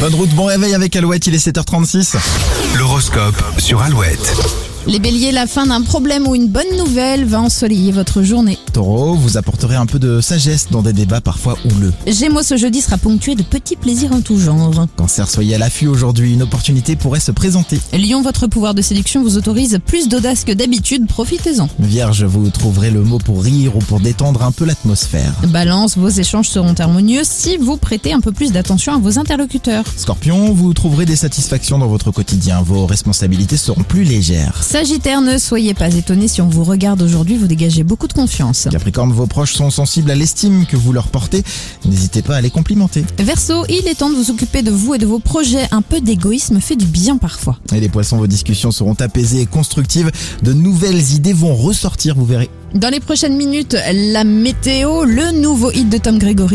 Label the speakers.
Speaker 1: Bonne route, bon réveil avec Alouette, il est 7h36.
Speaker 2: L'horoscope sur Alouette.
Speaker 3: Les béliers, la fin d'un problème ou une bonne nouvelle va ensoleiller votre journée.
Speaker 1: Taureau, vous apporterez un peu de sagesse dans des débats parfois houleux.
Speaker 3: Gémeaux, ce jeudi sera ponctué de petits plaisirs en tout genre.
Speaker 1: Cancer, soyez à l'affût aujourd'hui, une opportunité pourrait se présenter.
Speaker 3: Lion, votre pouvoir de séduction vous autorise plus d'audace que d'habitude, profitez-en.
Speaker 1: Vierge, vous trouverez le mot pour rire ou pour détendre un peu l'atmosphère.
Speaker 3: Balance, vos échanges seront harmonieux si vous prêtez un peu plus d'attention à vos interlocuteurs.
Speaker 1: Scorpion, vous trouverez des satisfactions dans votre quotidien, vos responsabilités seront plus légères.
Speaker 3: Sagittaire, ne soyez pas étonnés si on vous regarde aujourd'hui, vous dégagez beaucoup de confiance.
Speaker 1: Capricorne, vos proches sont sensibles à l'estime que vous leur portez, n'hésitez pas à les complimenter.
Speaker 3: Verseau, il est temps de vous occuper de vous et de vos projets, un peu d'égoïsme fait du bien parfois.
Speaker 1: Et les poissons, vos discussions seront apaisées et constructives, de nouvelles idées vont ressortir, vous verrez.
Speaker 3: Dans les prochaines minutes, la météo, le nouveau hit de Tom Gregory.